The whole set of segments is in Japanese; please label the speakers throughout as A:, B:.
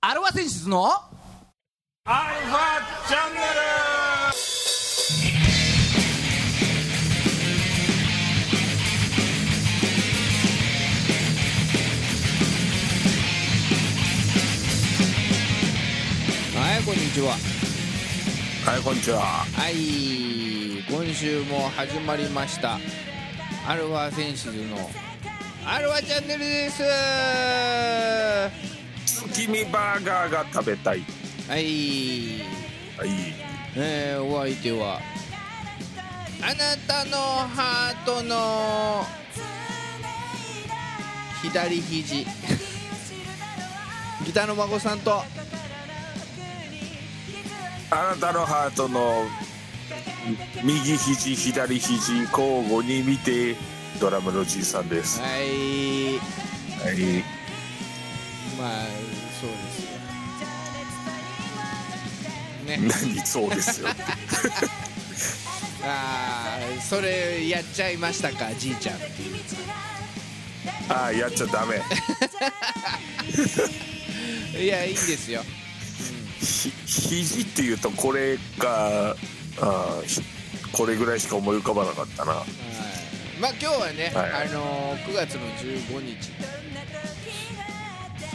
A: アルファ選出の
B: アルファチャンネル
A: はいこんにちは
B: はいこんにちは
A: はい今週も始まりましたアルファ選出のアルファチャンネルですは
B: 月見バーガーが食べたい
A: い
B: はい
A: えー、お相手はあなたのハートの左肘ギターの孫さんと
B: あなたのハートの右肘左肘交互に見てドラムのじいさんです
A: はい
B: はい
A: まあそうですよね
B: 何そうですよ
A: ああそれやっちゃいましたかじいちゃんっていう
B: ああやっちゃダメ
A: いやいいんですよ
B: ひ肘っていうとこれかあーひこれぐらいしか思い浮かばなかったな
A: はいまあ今日はね、
B: はいはい
A: あのー9月の15日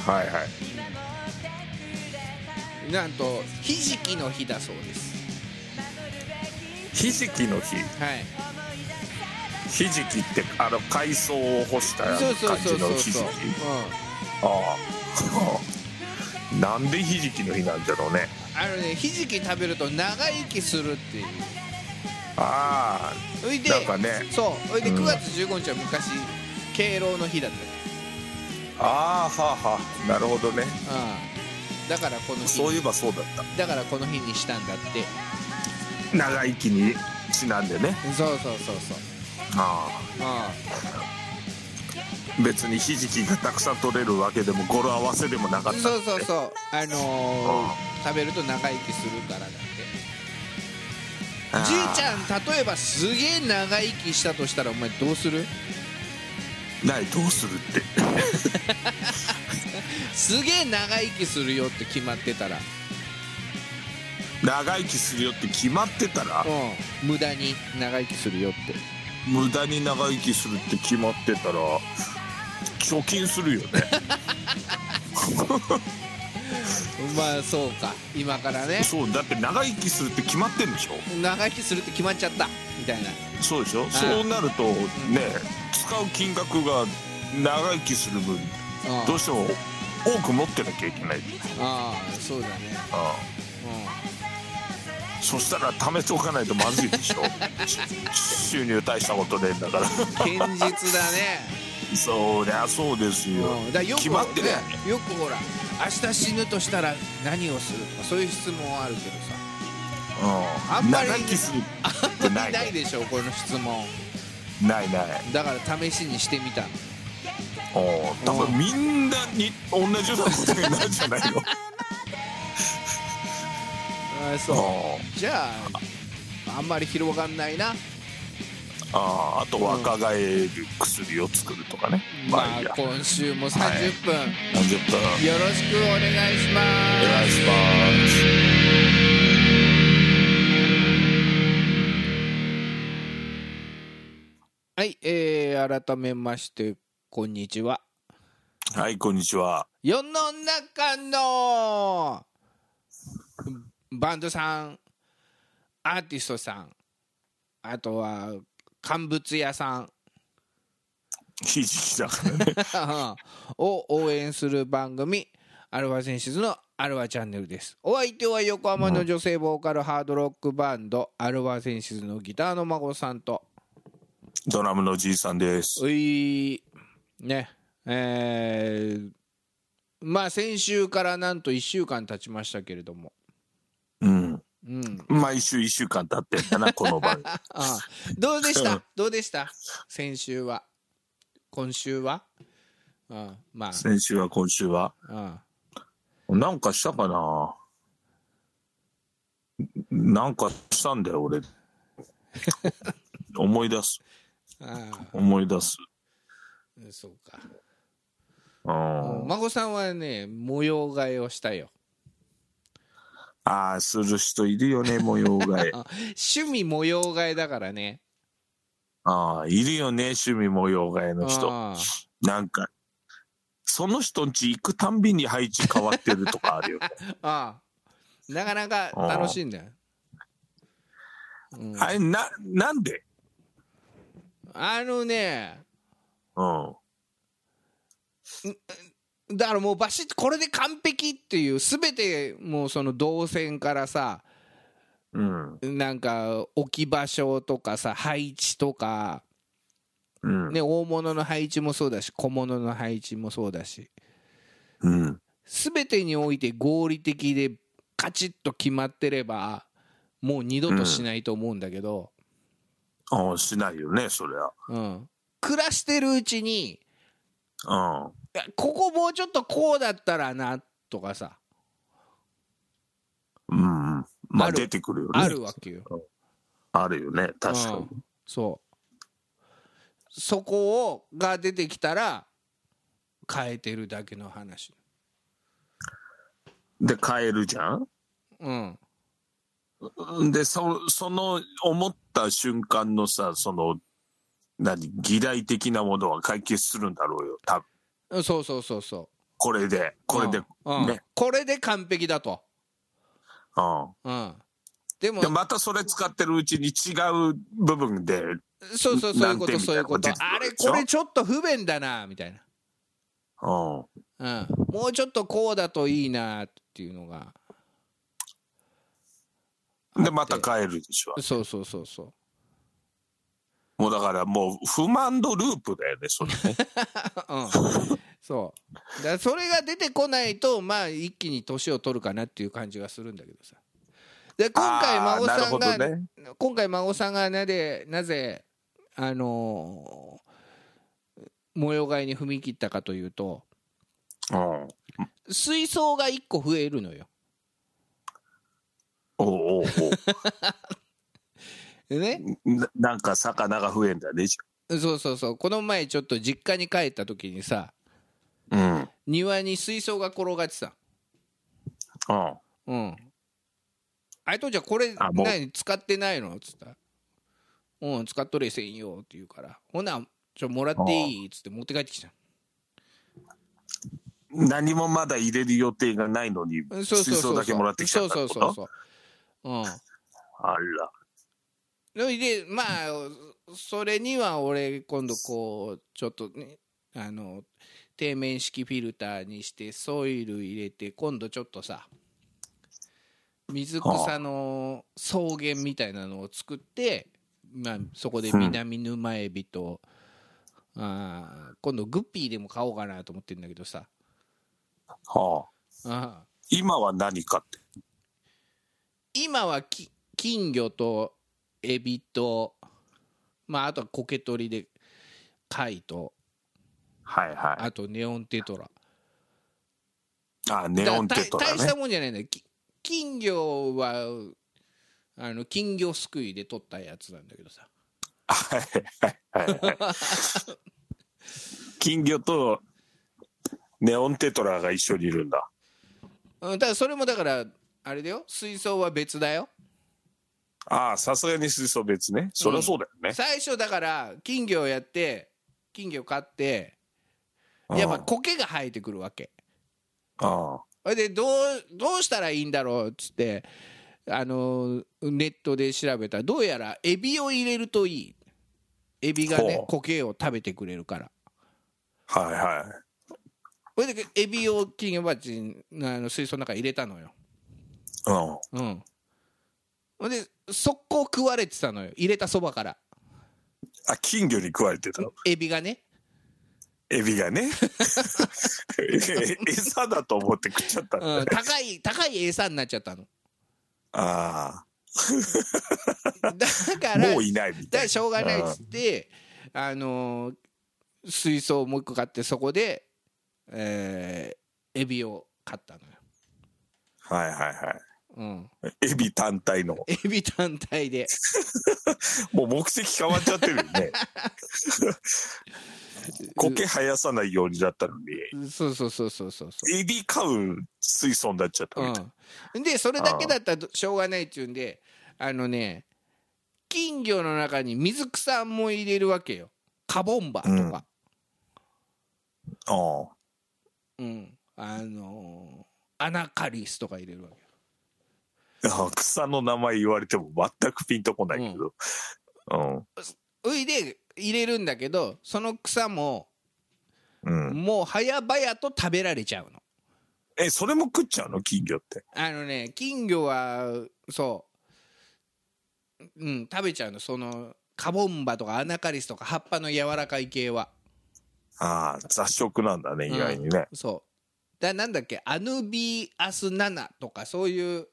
B: はいはい
A: なんとひじきの日だそうです
B: ひじきの日
A: はい
B: ひじきってあの海藻を干した感
A: そうそうそうそ
B: じの
A: う
B: ひじ
A: そ
B: き
A: う、うん
B: あ あなんでひじきの日なんじゃろうね
A: あのねひじき食べると長生きするっていう
B: あ
A: おいで
B: なんかね
A: そうそれで
B: う
A: 9
B: ん
A: 月15日は昔敬老の日だったね
B: あああはあはあなるほどね
A: うんだからこの日
B: そういえばそうだった
A: だからこの日にしたんだって
B: 長生きにちなんでね
A: そうそうそうそう
B: あ
A: あ
B: あ別にひじきがたくさん取れるわけでも語呂合わせでもなか
A: あ
B: った
A: そうそうそうあのー、
B: あ
A: 食べると長生きするからだって
B: ああ
A: じいちゃん例えばすげえ長生きしたとしたらお前どうする
B: ないどうするって
A: すげえ長生きするよって決まってたら
B: 長生きするよって決まってたら
A: うん無駄に長生きするよって
B: 無駄に長生きするって決まってたら貯金するよね
A: まあそうか今からね
B: そうだって長生きするって決まってんでしょ
A: 長生きするって決まっちゃったみたいな
B: そうでしょ、そうなるとね使う金額が長生きする分
A: ああ
B: どうしても多く持ってなきゃいけない
A: ああそうだね
B: ああそしたら貯めておかないとまずいで しょし収入大したことねえんだから
A: うん堅実だね
B: そりゃそうです
A: う
B: よ
A: んだからよく
B: 決まってね
A: ねよくほら明日死ぬとしたら何をするとかそういう質問はあるけどさ
B: う
A: あ
B: ん
A: んまり
B: 長生きするって
A: あんま
B: な
A: り
B: い
A: ないでしょこの質問
B: ないない
A: だから試しにしてみたの
B: お多分みんなに同じようなことになるんじゃ ないの
A: ああそ
B: あ
A: うじゃああんまり広がんないな
B: ああああと若返る薬を作るとかね、ま
A: ま
B: あいいや
A: あ今週も30分
B: 30分
A: よろしくお願いし
B: お
A: ま
B: 願い
A: す
B: します
A: はいえー改めましてこんにちは
B: はい、こんにちは。
A: 世の中のバンドさんアーティストさんあとは乾物屋さん
B: ひじ きだからね。
A: を応援する番組アルファセンシズのアルファチャンネルですお相手は横浜の女性ボーカルハードロックバンドアルファセンシズのギターの孫さんと
B: ドラムのじいさんです。
A: ういねえーまあ先週からなんと1週間経ちましたけれども
B: うん。
A: うん
B: 毎週1週間経ってんだな、この番組。
A: ああどうでし
B: う
A: た
B: ん
A: どうでした先週は今週はああまあ
B: 先週は今週は。
A: あ
B: なんかしたかななんかしたんだよ、 俺。思い出す。
A: あああ
B: 思い出す。
A: そうか
B: うん
A: 孫さんはね模様替えをしたよ
B: ああする人いるよね模様替え
A: あ趣味模様替えだからね
B: ああいるよね趣味模様替えの人
A: あー
B: なんかその人んち行くたんびに配置変わってるとかあるよね
A: あーなかなか楽しいんだよ、 うん
B: あれななんで
A: あのね
B: うん
A: だからもうバシッとこれで完璧っていう全てもうその動線からさ
B: うん
A: なんか置き場所とかさ配置とか、
B: うん、
A: ね、大物の配置もそうだし小物の配置もそうだし
B: うん、
A: 全てにおいて合理的でカチッと決まってればもう二度としないと思うんだけど、
B: ああしないよねそりゃ
A: うん、暮らしてるうちに
B: うん
A: いやここもうちょっとこうだったらなとかさ
B: うんうんま
A: あ
B: あ
A: る
B: 出てくるよね
A: あるわけよ。
B: あるよね確かに
A: うんそうそこをが出てきたら変えてるだけの話
B: で変えるじゃん
A: うん
B: でそその思った瞬間のさその何議題的なものは解決するんだろうよた
A: そうそうそうそう
B: これでこれで、
A: うんうん
B: ね
A: これで完璧だと、
B: う
A: うん、でも
B: ん、でまたそれ使ってるうちに違う部分で
A: そうそうそういうこと
B: 難点み
A: そうい
B: たい
A: う
B: な
A: こ
B: ことと
A: あれこれちょっと不便だなみたい
B: うん
A: な、うん、もうちょっとこうだといいなっていうのがあっ
B: で
A: て
B: また変えるでしょ
A: そうそうそうそう
B: もうだからもう不満のループだよねそれね
A: うんそうだからそれが出てこないとまあ一気に年を取るかなっていう感じがするんだけどさで 今回
B: あー
A: 孫さん
B: な
A: が、
B: るほどね
A: 今回孫さんがなぜなぜあのー模様替えに踏み切ったかというと
B: うん
A: 水槽が1個増えるのよ。
B: おうおうおう
A: でね
B: ななんか魚が増えんだね。
A: そうそうそうこの前ちょっと実家に帰った時にさ
B: うん。うん。
A: 庭に水槽が転がってたうん。あいとじゃこれ
B: あもう
A: 何使ってないのっつったらうん、使っとれせんよって言うから。ほな、ちょ、もらっていいっつって持って帰ってきた。
B: 何もまだ入れる予定がないのに、
A: うんそうそうそう
B: 水槽だけもらってきた
A: そ
B: ん
A: う
B: だ
A: そう
B: って
A: そう
B: こ
A: そ
B: と
A: う。うん。
B: あら。
A: それで、まあ、それには俺、今度こう、ちょっとね、あの、底面式フィルターにして、ソイル入れて、今度ちょっとさ、水草の草原みたいなのを作って、まあ、そこで南沼エビと、あー今度グッピーでも買おうかなと思ってるんだけどさ
B: はあ。
A: あー
B: 今は何かって。
A: 今はき金魚とエビと、まあ、あとはコケ取りで貝と
B: はいは
A: あとネオンテトラ
B: い。あ、ネオンテト
A: だ
B: ラ
A: 大し
B: ね
A: た。もんじゃないんだよき金魚はあの金魚すくいで取ったやつなんだけどさ
B: はいはいはいはい。金魚とネオンテトラが一緒にいるんだ。
A: うんただそれもだからあれだよ水槽は別だよ
B: ああ、さすがに水槽別ね。そりゃそうだよね。
A: 最初だから金魚をやって金魚飼って
B: うん
A: やっぱ苔が生えてくるわけ
B: ああ。
A: それでどうどうしたらいいんだろうっつってあのネットで調べたらどうやらエビを入れるといいエビがね
B: ほう
A: 苔を食べてくれるから
B: はいはい。
A: それでエビを金魚鉢にあの水槽の中に入れたのよ
B: うん。
A: うんそれで速攻食われてたのよ入れたそばから
B: あ、金魚に食われてたの
A: エビがね
B: エビ がね。餌だと思って食っちゃったんだね
A: うん、高い高い餌になっちゃったの
B: あ
A: だか
B: あ、
A: ら
B: もういないみ
A: だから
B: たいな。
A: しょうがないっつってあのー水槽をもう一個買ってそこで、えーエビを買ったのよ、
B: はいはいは
A: うん、
B: い。エビ単体の。
A: エビ単体で
B: もう目的変わっちゃってるよね。苔生やさないようにだったのに、
A: そうそうそうそうそうそう
B: エビ飼う水槽になっちゃったみたい。
A: うん、でそれだけだったらしょうがないっちゅうんであのね金魚の中に水草も入れるわけよカボンバとか、
B: ああ
A: うんあのーアナカリスとか入れるわけよ
B: ああ草の名前言われても全くピンとこないけど。うん。
A: ういで入れるんだけどその草も
B: うん。
A: もう早々と食べられちゃうの
B: え、それも食っちゃうの金魚って。
A: あのね金魚はそううん食べちゃうのそのカボンバとかアナカリスとか葉っぱの柔らかい系は
B: ああ、雑食なんだね、
A: うん
B: 意外にね。
A: そうだなんだっけアヌビアスナナとかそういう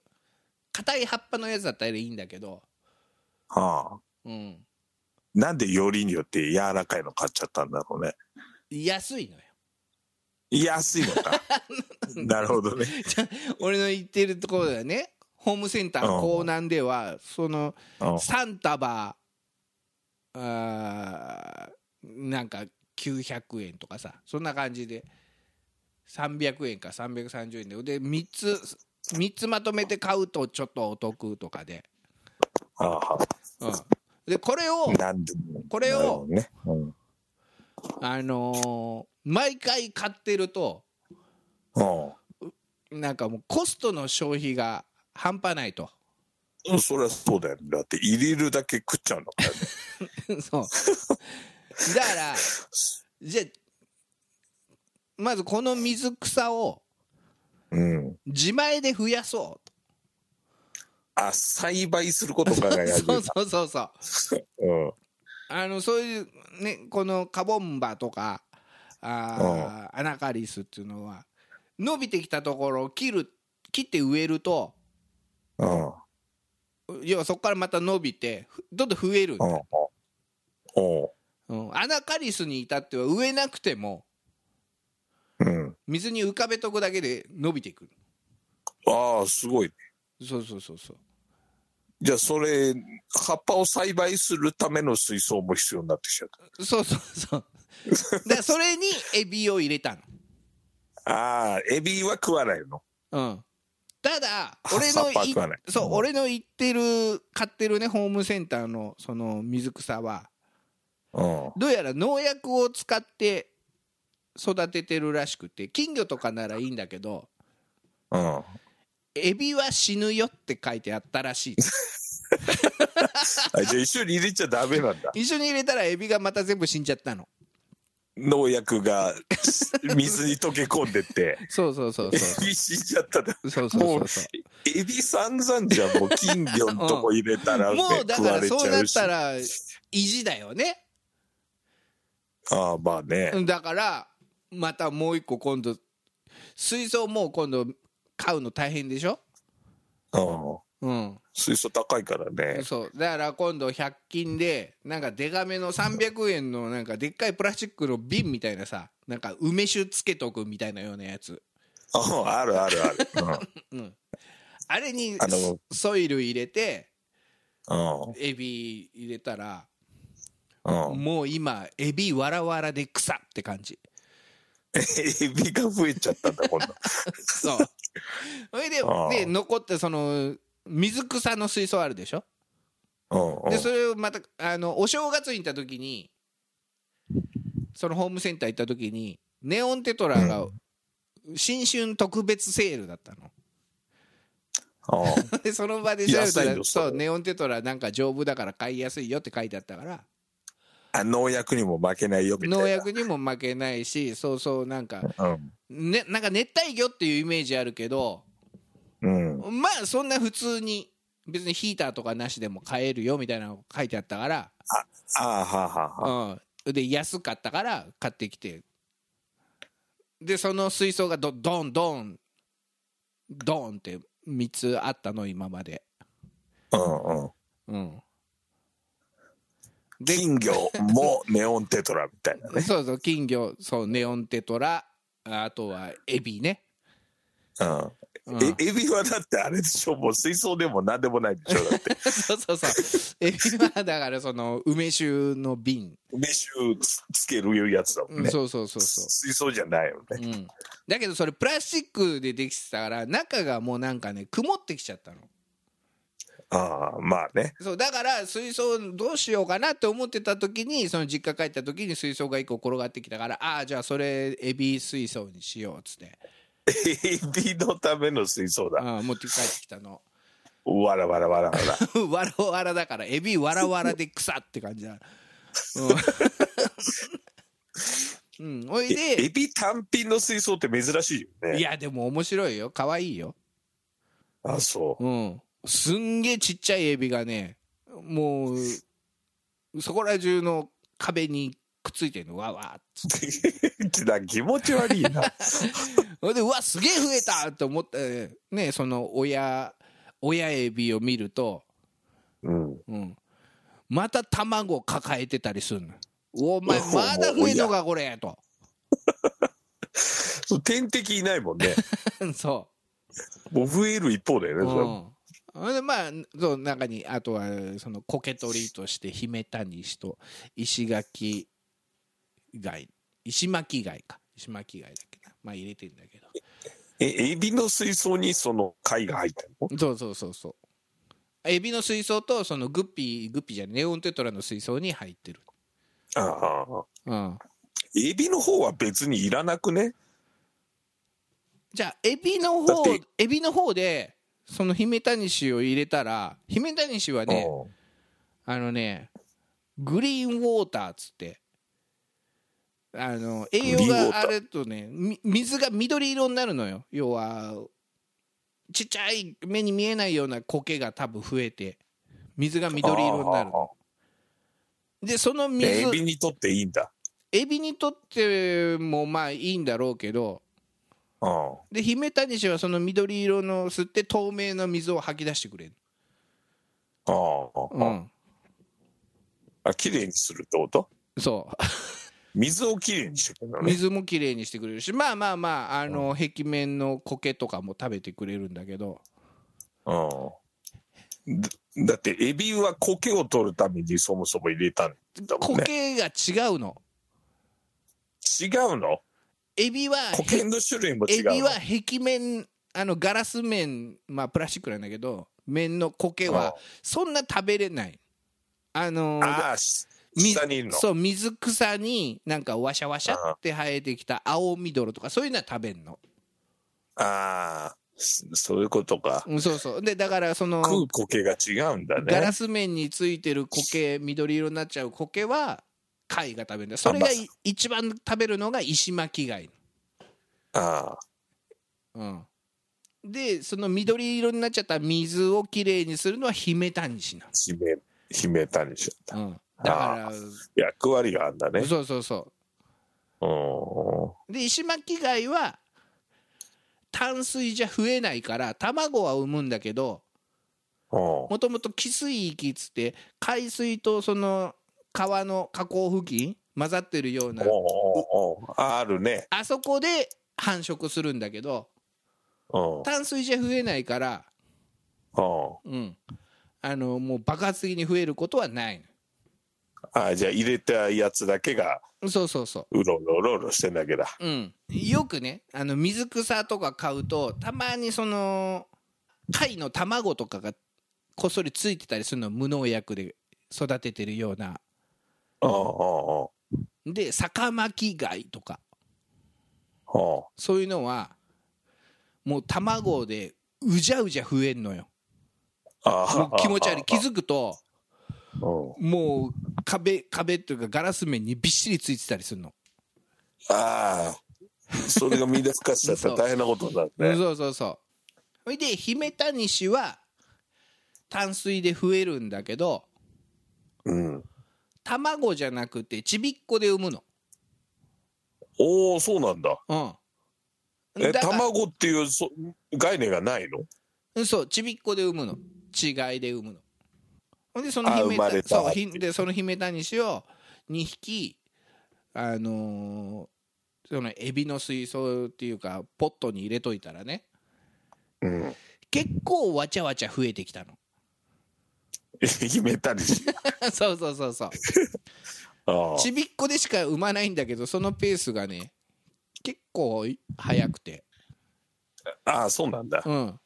A: 硬い葉っぱのやつだったらいいんだけど
B: はあ。
A: うん
B: なんでよりによって柔らかいの買っちゃったんだろうね。
A: 安いのよ
B: 安いの か。なるほどね。
A: 俺の言ってるところだよねホームセンター
B: うん
A: 港南ではその
B: うん
A: 3束あーなんか900円とかさそんな感じで300円か330円でで3つ3つまとめて買うとちょっとお得とかで、
B: あ
A: うん、でこれを
B: あ。なんでも
A: これを
B: なるほどね。うん。
A: あのー毎回買ってると
B: うん
A: なんかもうコストの消費が半端ないと
B: うん、そりゃそうだよね。だって入れるだけ食っちゃうのからね。
A: そうだからじゃあまずこの水草を
B: うん。
A: 自前で増やそう
B: あ、栽培することを考え始
A: そ
B: め
A: う
B: た。
A: そうそうそう
B: うん。
A: あのそういうねこのカボンバとかあーアナカリスっていうのは伸びてきたところを切る切って植えると
B: うん。
A: 要はそこからまた伸びてふどんどん増えるんだ
B: うん。うん
A: うん、アナカリスに至っては植えなくても
B: うん。
A: 水に浮かべとくだけで伸びていく
B: ああ、すごい。
A: そうそうそうそう
B: じゃあ、それ、葉っぱを栽培するための水槽も必要になってきちゃっ
A: そうそう そうだからそれにエビを入れた
B: た。ああ、エビは食わないの。
A: の、うん、ただ俺の
B: 葉っぱは食わない
A: そう
B: うん
A: 俺の言ってる買ってるねホームセンターのその水草は
B: うん。
A: どうやら農薬を使って育ててるらしくて金魚とかならいいんだけど
B: うん。
A: エビは死ぬよって書いてあったら しい
B: あじゃあ、一緒に入れちゃダメなんだ。
A: 一緒に入れたらエビがまた全部死んじゃったの
B: 農薬が水に溶け込んでって。
A: そうそうそう
B: エ
A: そう
B: ビ死んじゃったら
A: そうそうそうそう
B: エビ散々じゃんもう金魚のとこ入れた ら、ね
A: もうだ
B: 食
A: か
B: わ
A: ら
B: れち
A: そう
B: ゃ
A: なっ
B: うした
A: ら意地だよね
B: ああまあね、
A: だからまたもう一個今度水槽もう今度買うの大変でしょ
B: うん、
A: うん
B: 水槽高いからね
A: そうだから今度100均でなんかデカめの300円のなんかでっかいプラスチックの瓶みたいなさなんか梅酒つけとくみたいなようなやつ
B: うんあるあるある、
A: あれに
B: あの
A: ソイル入れて
B: うん
A: エビ入れたら
B: うんうん、
A: もう今エビわらわらで草って感じ
B: エビが増えちゃったんだ今度
A: そう。それで
B: ああ
A: で残ったその水草の水槽あるでしょ
B: うんう
A: で
B: ん
A: それをまたあのお正月に行った時にそのホームセンター行った時にネオンテトラが新春特別セールだったの。 でその場で調べた
B: 安い
A: ら
B: よ
A: そ
B: そうれ
A: ネオンテトラなんか丈夫だから買いやすいよって書いてあったから
B: あ農薬にも負けないよみたいな
A: 農薬にも負けないしそうそうなんか、
B: うん
A: ね、なんか熱帯魚っていうイメージあるけど
B: うん
A: まあそんな普通に別にヒーターとかなしでも買えるよみたいなの書いてあったから、
B: ああはあはあはあ
A: うん、で安かったから買ってきてでその水槽がどドンドンドンって3つあったの今まで、
B: うんうん
A: うん、で
B: 金魚もネオンテトラみたいなね、
A: そうそう金魚そうネオンテトラあとはエビね
B: うん、
A: うん
B: えエビはだってあれでしょもう水槽でも何でもないでしょ だって
A: そうそうそう。エビはだからその梅酒の瓶。
B: 梅酒つつけるいうやつだも
A: うんん
B: ね、
A: そうそうそうそ
B: 水槽じゃないよ
A: う。
B: ね
A: うん。だけどそれプラスチックでできてたから中がもうなんかね曇ってきちゃったの。
B: ああまあね
A: そうだから水槽どうしようかなって思ってた時にその実家帰った時に水槽が1個転がってきたからああじゃあそれエビ水槽にしようっつって
B: エビのための水槽だ、
A: あ持って帰ってきたの
B: わらわらわらわら
A: わらわらだからエビわらわらで草って感じだうん うんおい
B: えエ
A: で
B: ビ単品の水槽って珍しいよね
A: いやでも面白いよ可愛いよ
B: あそう
A: うんすんげえちっちゃいエビがねもうそこら中の壁にくっついてんのわわーっつって
B: な気持ち悪 いな
A: それでうわすげえ増えたと思ってねその親親エビを見ると、
B: うん
A: うん、また卵抱えてたりするの お前
B: お
A: まだ増えんのかこれと
B: そう天敵いないもんね
A: そ
B: もう増える一方だよ
A: う、う
B: ね、それは
A: ん、それでまあそう中にあとはそのコケ取りとして姫谷氏と石垣貝石巻貝か石巻貝だっけなまあ入れてんだけど
B: えエビの水槽にその貝が入ってるの
A: そうそうそうそうエビの水槽とそのグッピーグッピーじゃないネオンテトラの水槽に入ってる
B: ああ
A: うん
B: エビの方は別にいらなくね
A: じゃあエビの
B: だっ
A: 方
B: て
A: エビの方でその姫谷氏を入れたら姫谷氏はね
B: うん
A: あのねグリーンウォーターっつってあの栄養
B: グリーンウォー
A: が
B: ター
A: あるとねみ水が緑色になるのよ要はちっちゃい目に見えないような苔が多分増えて水が緑色になる
B: ああ
A: でその水
B: エビにとっていいんだ。
A: エビにとってもまあいいんだろうけど
B: うん、
A: で姫谷氏はその緑色の吸って透明な水を吐き出してくれる、
B: ああ、
A: う
B: あ
A: ん、
B: あ、綺麗にするってこと
A: そ
B: 水をきれいにしてくれる
A: う
B: のね。
A: 水もきれいにしてくれるしまあまあまああの壁面の苔とかも食べてくれるんだけど
B: うん、だだってエビは苔を取るためにそもそも入れたんだもんね。
A: 苔が違うの
B: 違うの
A: エビは
B: 苔の種類も違
A: エ
B: うの
A: ビは壁面あのガラス面まあプラスチックなんだけど面の苔はそんな食べれないあの
B: うんああ、し
A: 水
B: 下にいるの。
A: そう水草になんかワシャワシャって生えてきた青ミドロとかそういうのは食べんの、
B: ああ、そそういうことか。
A: うん、そうそうでだからその
B: 食う苔が違うんだ
A: ガ
B: ね
A: ラ。ス面についてる苔緑色になっちゃう苔は貝が食べるんだそれがい一番食べるのが石巻貝、
B: ああ、
A: うん、でその緑色になっちゃった水をきれいにするのは姫谷氏なん
B: 姫、姫谷しちゃっ
A: うん、だか
B: た。役割があんだ
A: ら
B: ね。
A: そうそうそう
B: うん。
A: で石巻貝は淡水じゃ増えないから卵は産むんだけど
B: うん
A: もともと汽水域っつって海水とその川の河口付近混ざってるような
B: おうおうおうああるね。
A: あそこで繁殖するんだけど
B: うん。うん。
A: 淡水じゃ増えないから、うん、あのもう爆発的に増えることはない
B: あじゃあ入れたやつだけが
A: そうそうそう
B: うろうろうろうろしてんだけだ。
A: うん、よくねあの水草とか買うとたまにその貝の卵とかがこっそりついてたりするの無農薬で育ててるような
B: うんうん
A: で酒巻き貝とか
B: うんうん。
A: そういうのはもう卵でうじゃうじゃ増えんのよ
B: あ
A: もう気持ち悪い気
B: 傷
A: づくと
B: うん、
A: もう壁壁っていうかガラス面にびっしりついてたりするの、
B: ああ、それがみんなふかしちゃったら大変なことになる ね。
A: そうそうそうそれで姫谷氏は淡水で増えるんだけど
B: うん。
A: 卵じゃなくてちびっこで産むの。
B: おお、そうなんだ。
A: うん。
B: え、
A: だから
B: 卵っていうそ概念がないの
A: うんそうちびっこで産むの。違いで産むの。ほんでその
B: あ
A: 姫
B: 生まれた
A: そうひでその姫谷氏を2匹あのーそのエビの水槽っていうかポットに入れといたらね
B: うん。
A: 結構わちゃわちゃ増えてきたの
B: 決めたりし。
A: そうそうそうそう
B: ああ
A: ちびっこでしか産まないんだけどそのペースがね結構い早くて
B: ああ、そうなんだ。
A: うん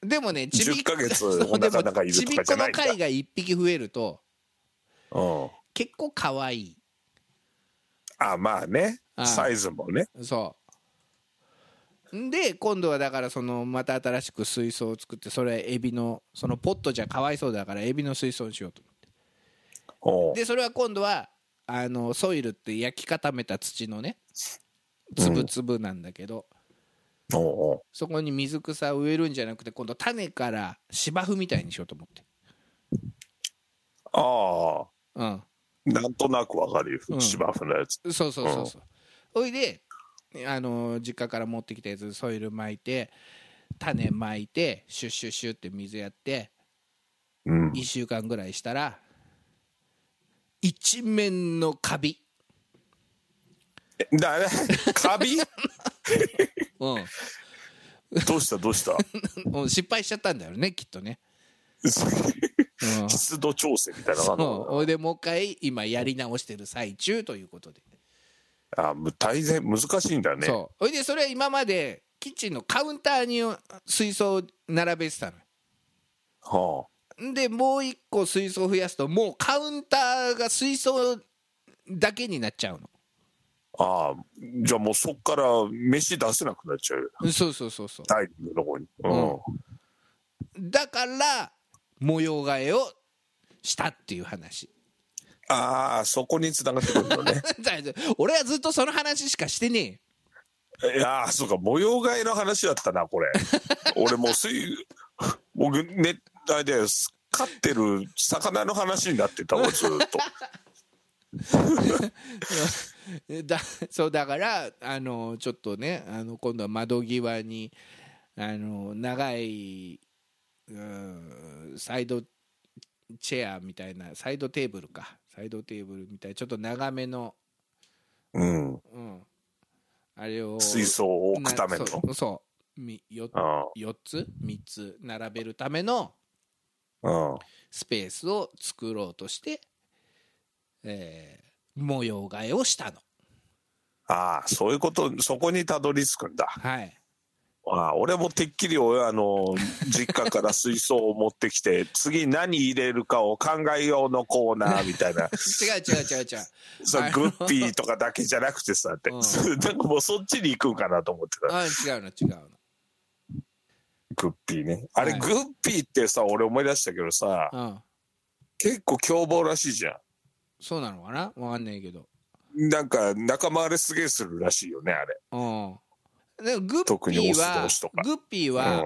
A: でもねちびっ
B: 10ヶ月
A: そう
B: お
A: で
B: 腹の中
A: も
B: にい
A: ち
B: ると
A: びっ
B: かじ
A: こ
B: ゃな
A: の
B: いんだ。
A: 貝が1匹増えると
B: うん。
A: 結構かわいい
B: ああ、まあね
A: あ。あ
B: サイズもね。
A: そうんで今度はだからそのまた新しく水槽を作ってそれはエビのそのポットじゃかわいそうだからエビの水槽にしようと
B: おう
A: でそれは今度はあのソイルって焼き固めた土のね粒々なんだけど、
B: おうおう
A: そこに水草を植えるんじゃなくて今度種から芝生みたいにしようと思って
B: ああ。
A: うん
B: なんとなくわかる
A: う
B: よ。
A: ん
B: 芝生のやつ。
A: そうそうそうそうおいであの実家から持ってきたやつソイル巻いて種巻いてシュッシュッシュッって水やって
B: うん。
A: 1週間ぐらいしたら一面のカビ
B: だね。カビ
A: うん
B: どうしたどうした
A: うん失敗しちゃったんだよねきっとね、 うん、
B: 湿度調整みたいな
A: そう
B: のが
A: おいでもう一回今やり直してる最中ということで、
B: あもう大変難しいんだね。
A: そうおいでそれは今までキッチンのカウンターに水槽を並べてた
B: は
A: のんでもう一個水槽増やすともうカウンターが水槽だけになっちゃう
B: あ、ああじゃあもうそっから飯出せなくなっちゃうよ
A: のそうそうそうそう
B: ダイニングの方に。うん
A: うんだから模様替えをしたっていう話
B: ああそこに繋がってくるのね。
A: 俺はずっとその話しかしてねえよ
B: いやーそうか模様替えの話だったな これ。俺もう水僕ねあれです飼ってる魚の話になってた わずーっと。
A: だそうだからあのちょっとねあの今度は窓際にあの長い、うん、サイドチェアみたいなサイドテーブルかサイドテーブルみたいなちょっと長めの、
B: うん、
A: うん、あれを
B: 水槽を置くための
A: な。そうそうみよ
B: あ
A: 4つ3つ並べるための
B: あうん
A: スペースを作ろうとして、えー模様替えをしたの。
B: ああそういうことそこにたどり着くんだ。
A: はい
B: ああ俺もてっきりあの実家から水槽を持ってきて 次何入れるかを考えようのコーナーみた いな
A: 違う違う違う違う
B: さ
A: あの
B: グッピーとかだけじゃなくてさって、
A: うん
B: なんかもうそっちに行くんかなと思ってた
A: あ違うの違うの
B: グッピーねあれ、
A: はい
B: グッピーってさ俺思い出したけどさ
A: うん、
B: 結構凶暴らしいじゃ
A: そうなのかなわかんないけど。
B: んなんか仲間割れすげえするらしいよねあれ
A: うん。でもグッ
B: 特
A: ピ
B: にオ
A: ー
B: ス
A: は
B: 同士とか、
A: グッピーは、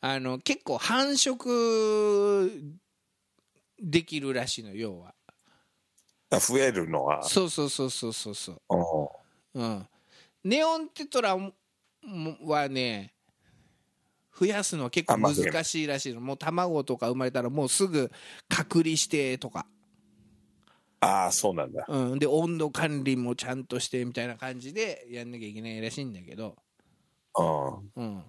A: あの、結構繁殖できるらしいの、要は。
B: うん、増えるのは
A: そうそうそうそうそうそう。
B: うん
A: うん。ネオンテトラもはね、増やすのは結構難しいらしいの。もう卵とか生まれたらもうすぐ隔離してとか。
B: ああそうなんだ
A: うん、で温度管理もちゃんとしてみたいな感じでやんなきゃいけないらしいんだけど、
B: うん
A: うん、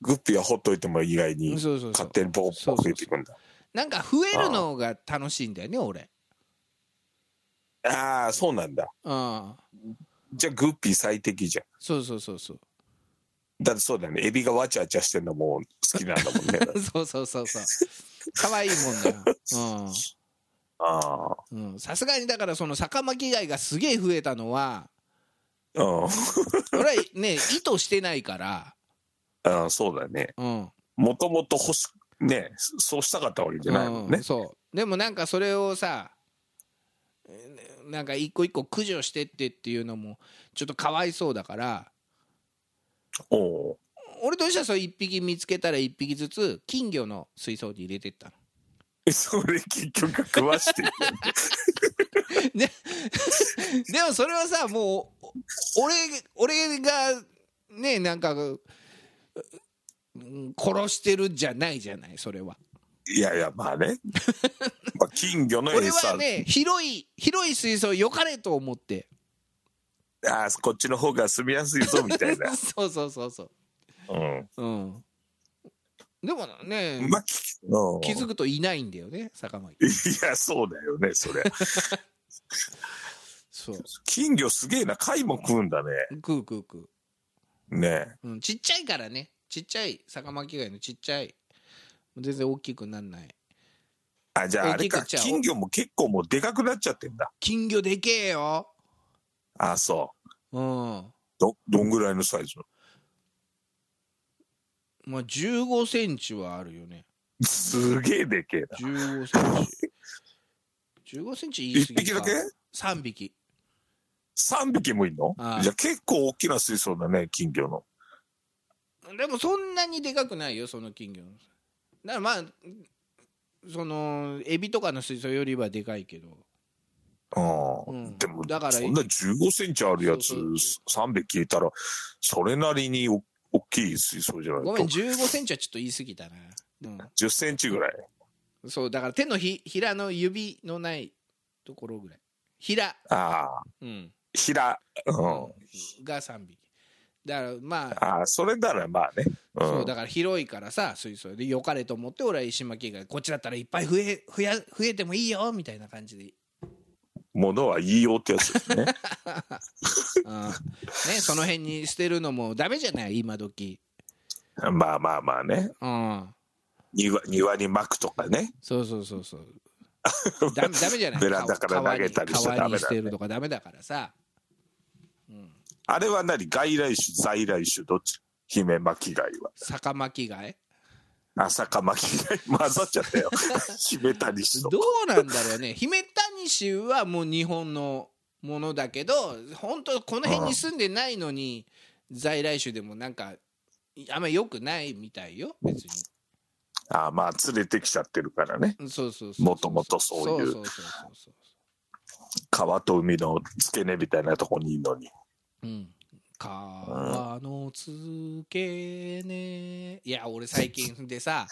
B: グッピーはほっといても意外に
A: そうそうそう
B: 勝手にボコボコ増えていくんだ
A: なんか増えるのが楽しいんだよね俺
B: ああ、そうなんだ。
A: うん
B: じゃあ、グッピー最適じゃ
A: そうそうそうそう
B: ん。だってそうだよね。エビがわちゃわちゃしてんのも好きなんだもんね。
A: そうそうそうそう可愛いもんだよ
B: ああ。
A: うんうんさすがにだからその酒巻き貝がすげえ増えたのは
B: うん
A: 俺はね意図してないから
B: あー。そうだね。
A: うん、
B: もともと欲し、ね、そうしたかったわけじゃないもん
A: う
B: ね
A: ん、。そうでもなんかそれをさなんか一個一個駆除してってっていうのもちょっとかわいそうだから
B: おお
A: 俺としてはそれ1匹見つけたら1匹ずつ金魚の水槽に入れてったの
B: う。 それ結局食わしてる。
A: ね、でもそれはさもうお俺俺がねなんかうん殺してるじゃないじゃないそれはい
B: やいや、ま あね。まあ、金魚の
A: 俺は
B: 餌、
A: ね広い広い水槽よかれと思って
B: ああ、こっちの方が住みやすいぞ、みたいな。
A: そうそうそうそう
B: うん。
A: うんでもね、
B: まあ、きうん、
A: 気づくといないんだよね坂巻
B: いや、そうだよね、そ れ。
A: そう
B: 金魚すげえな、貝も食うんだね。
A: 食う食う食う、
B: ね
A: うん、ちっちゃいからねちっちゃい坂巻貝のちっちゃい全然大きくなんない
B: あ、じゃああれ
A: え
B: か、
A: 菊ちゃん
B: 金魚も結構もうでかくなっちゃってんだ。
A: 金魚でけえよ
B: あ、そう。
A: うんま
B: ど、どんぐらいのサイズ
A: あ1 5センチはあるよね
B: すげえでけえな。
A: 1 5センチ1 5センチ言い過
B: 一
A: ぎ
B: 匹
A: か
B: だけ
A: 3匹
B: 三匹もいんの
A: はい
B: じゃあ結構大きな水槽だね、金魚の。
A: でもそんなにでかくないよその金魚のだからまあそのエビとかの水槽よりはでかいけど
B: ああ、
A: うん
B: でも
A: だから
B: そんな15センチあるやつ
A: そうそう
B: 3匹いたらそれなりにお大きい水槽じゃない
A: ごめん
B: と
A: 1 5センチはちょっと言い過ぎたな、う
B: 10センチぐらい
A: ん、そうだから手のひひらの指のないところぐらいひら、
B: ああ
A: うん、
B: 平うん
A: が3匹だからまあ
B: ああそれならまあね、うん、
A: そうだから広いからさ水槽でよかれと思って俺は石巻がこっちだったらいっぱい増え増や増えてもいいよみたいな感じで、
B: ものは言いようってやつで すね
A: うんね、その辺に捨てるのもダメじゃない今時
B: まあまあまあね
A: うん
B: 庭庭にまくとかね
A: そうそうそう そうダメダメじゃない
B: ベランダから投げたりしちゃ
A: 川
B: ダ
A: に川に
B: メだね
A: 捨てるとかダメだからさ
B: あれは何外来種在来種どっち姫巻貝は
A: 酒巻き貝
B: 朝霞巻貝混ざっちゃ ったよ姫谷氏と
A: どうなんだろうね 姫谷氏はもう日本のものだけど本当この辺に住んでないのに在来種でもなんかあんま良くないみたいよ別に
B: ああまあ連れてきちゃってるからね
A: そうそうそうそう
B: もともとそういう
A: そうそうそうそうそう
B: 川と海の付け根みたいなとこにいる のに。
A: うん川の付け根いや俺最近でさ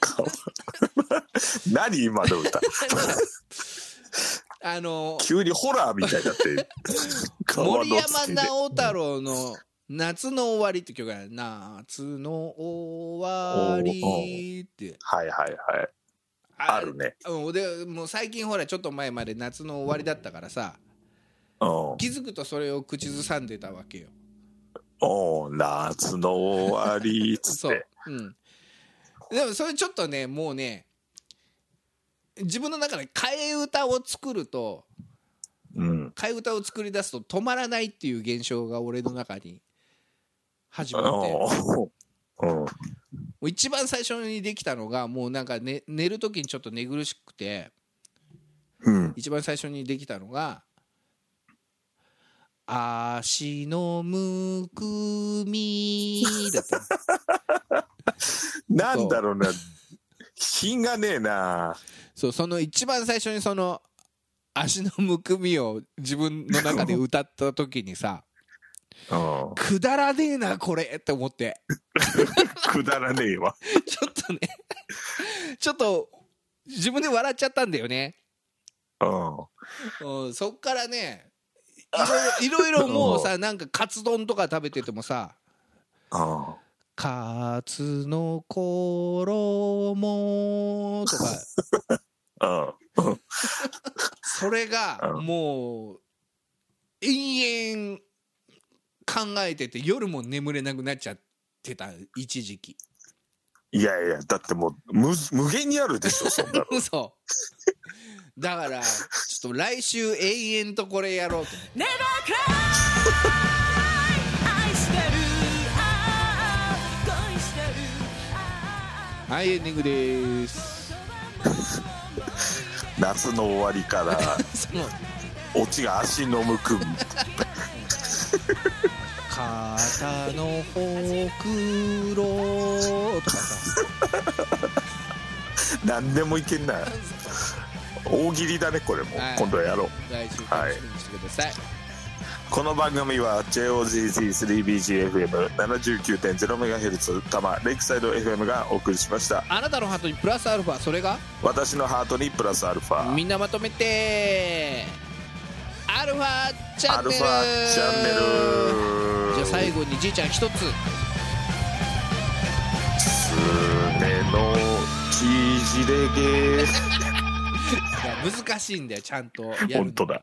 B: 川何今の 歌
A: あの
B: 急にホラーみたいに なって。川
A: 森
B: の
A: 山
B: 付け根。
A: 直太朗の「夏の終わり」って曲がある夏の終わり」って
B: はいはいはい。あるね。
A: うんでもう最近ほらちょっと前まで夏の終わりだったからさ
B: うん。
A: 気づくとそれを口ずさんでたわけよ
B: おう夏の終わりっつっ
A: そう
B: て。、
A: うん、でもそれちょっとねもうね自分の中で替え歌を作ると
B: うん。
A: 替え歌を作り出すと止まらないっていう現象が俺の中に始まって
B: おううん。
A: もう一番最初にできたのがもうなんか、ね、寝る時にちょっと寝苦しくて
B: うん。
A: 一番最初にできたのが「足のむくみ」だったの
B: なんだろうな。品がねえな。
A: そうその一番最初にその「足のむくみ」を自分の中で歌った時にさ
B: う
A: 「
B: ん。
A: くだらねえなこれ」って思って
B: くだらねえわ。
A: ちょっとねちょっと自分で笑っちゃったんだよね
B: う
A: うん、そっからねいろいろいろいろもうさなんかカツ丼とか食べててもさ
B: ん。うん。
A: 「カツの衣」と か
B: うん。
A: それが
B: うん
A: もう延々考えてて夜も眠れなくなっちゃってた一時期
B: いやいや、だってもう、無、無限にあるでしょ、そんなの。
A: 嘘だからちょっと来週永遠とこれやろうと思って
C: Never cry 愛してるああ恋してるあ
A: はいエンディングです
C: あ言葉も
B: 夏の終わりから
A: その
B: オチが足のむくみ
A: 肩のほくろとかさ
B: 何でもいけんな大喜利だねこれも、
A: はい
B: 今度やろう
A: 来週楽しみにしてください、
B: この番組は JOZZ3BGFM79.0MHz 多摩レイクサイド FM がお送りしました
A: あなたのハートにプラスアルファそれが
B: 私のハートにプラスアルファ
A: みんなまとめてアルファチャ
B: ア
A: ンネ
B: ル
A: ル
B: ファチャンネル
A: じゃあ最後にじいちゃん一つ
C: 「
B: 胸の縮れ毛
A: いや難しいんだよちゃんとやる
B: 本当だ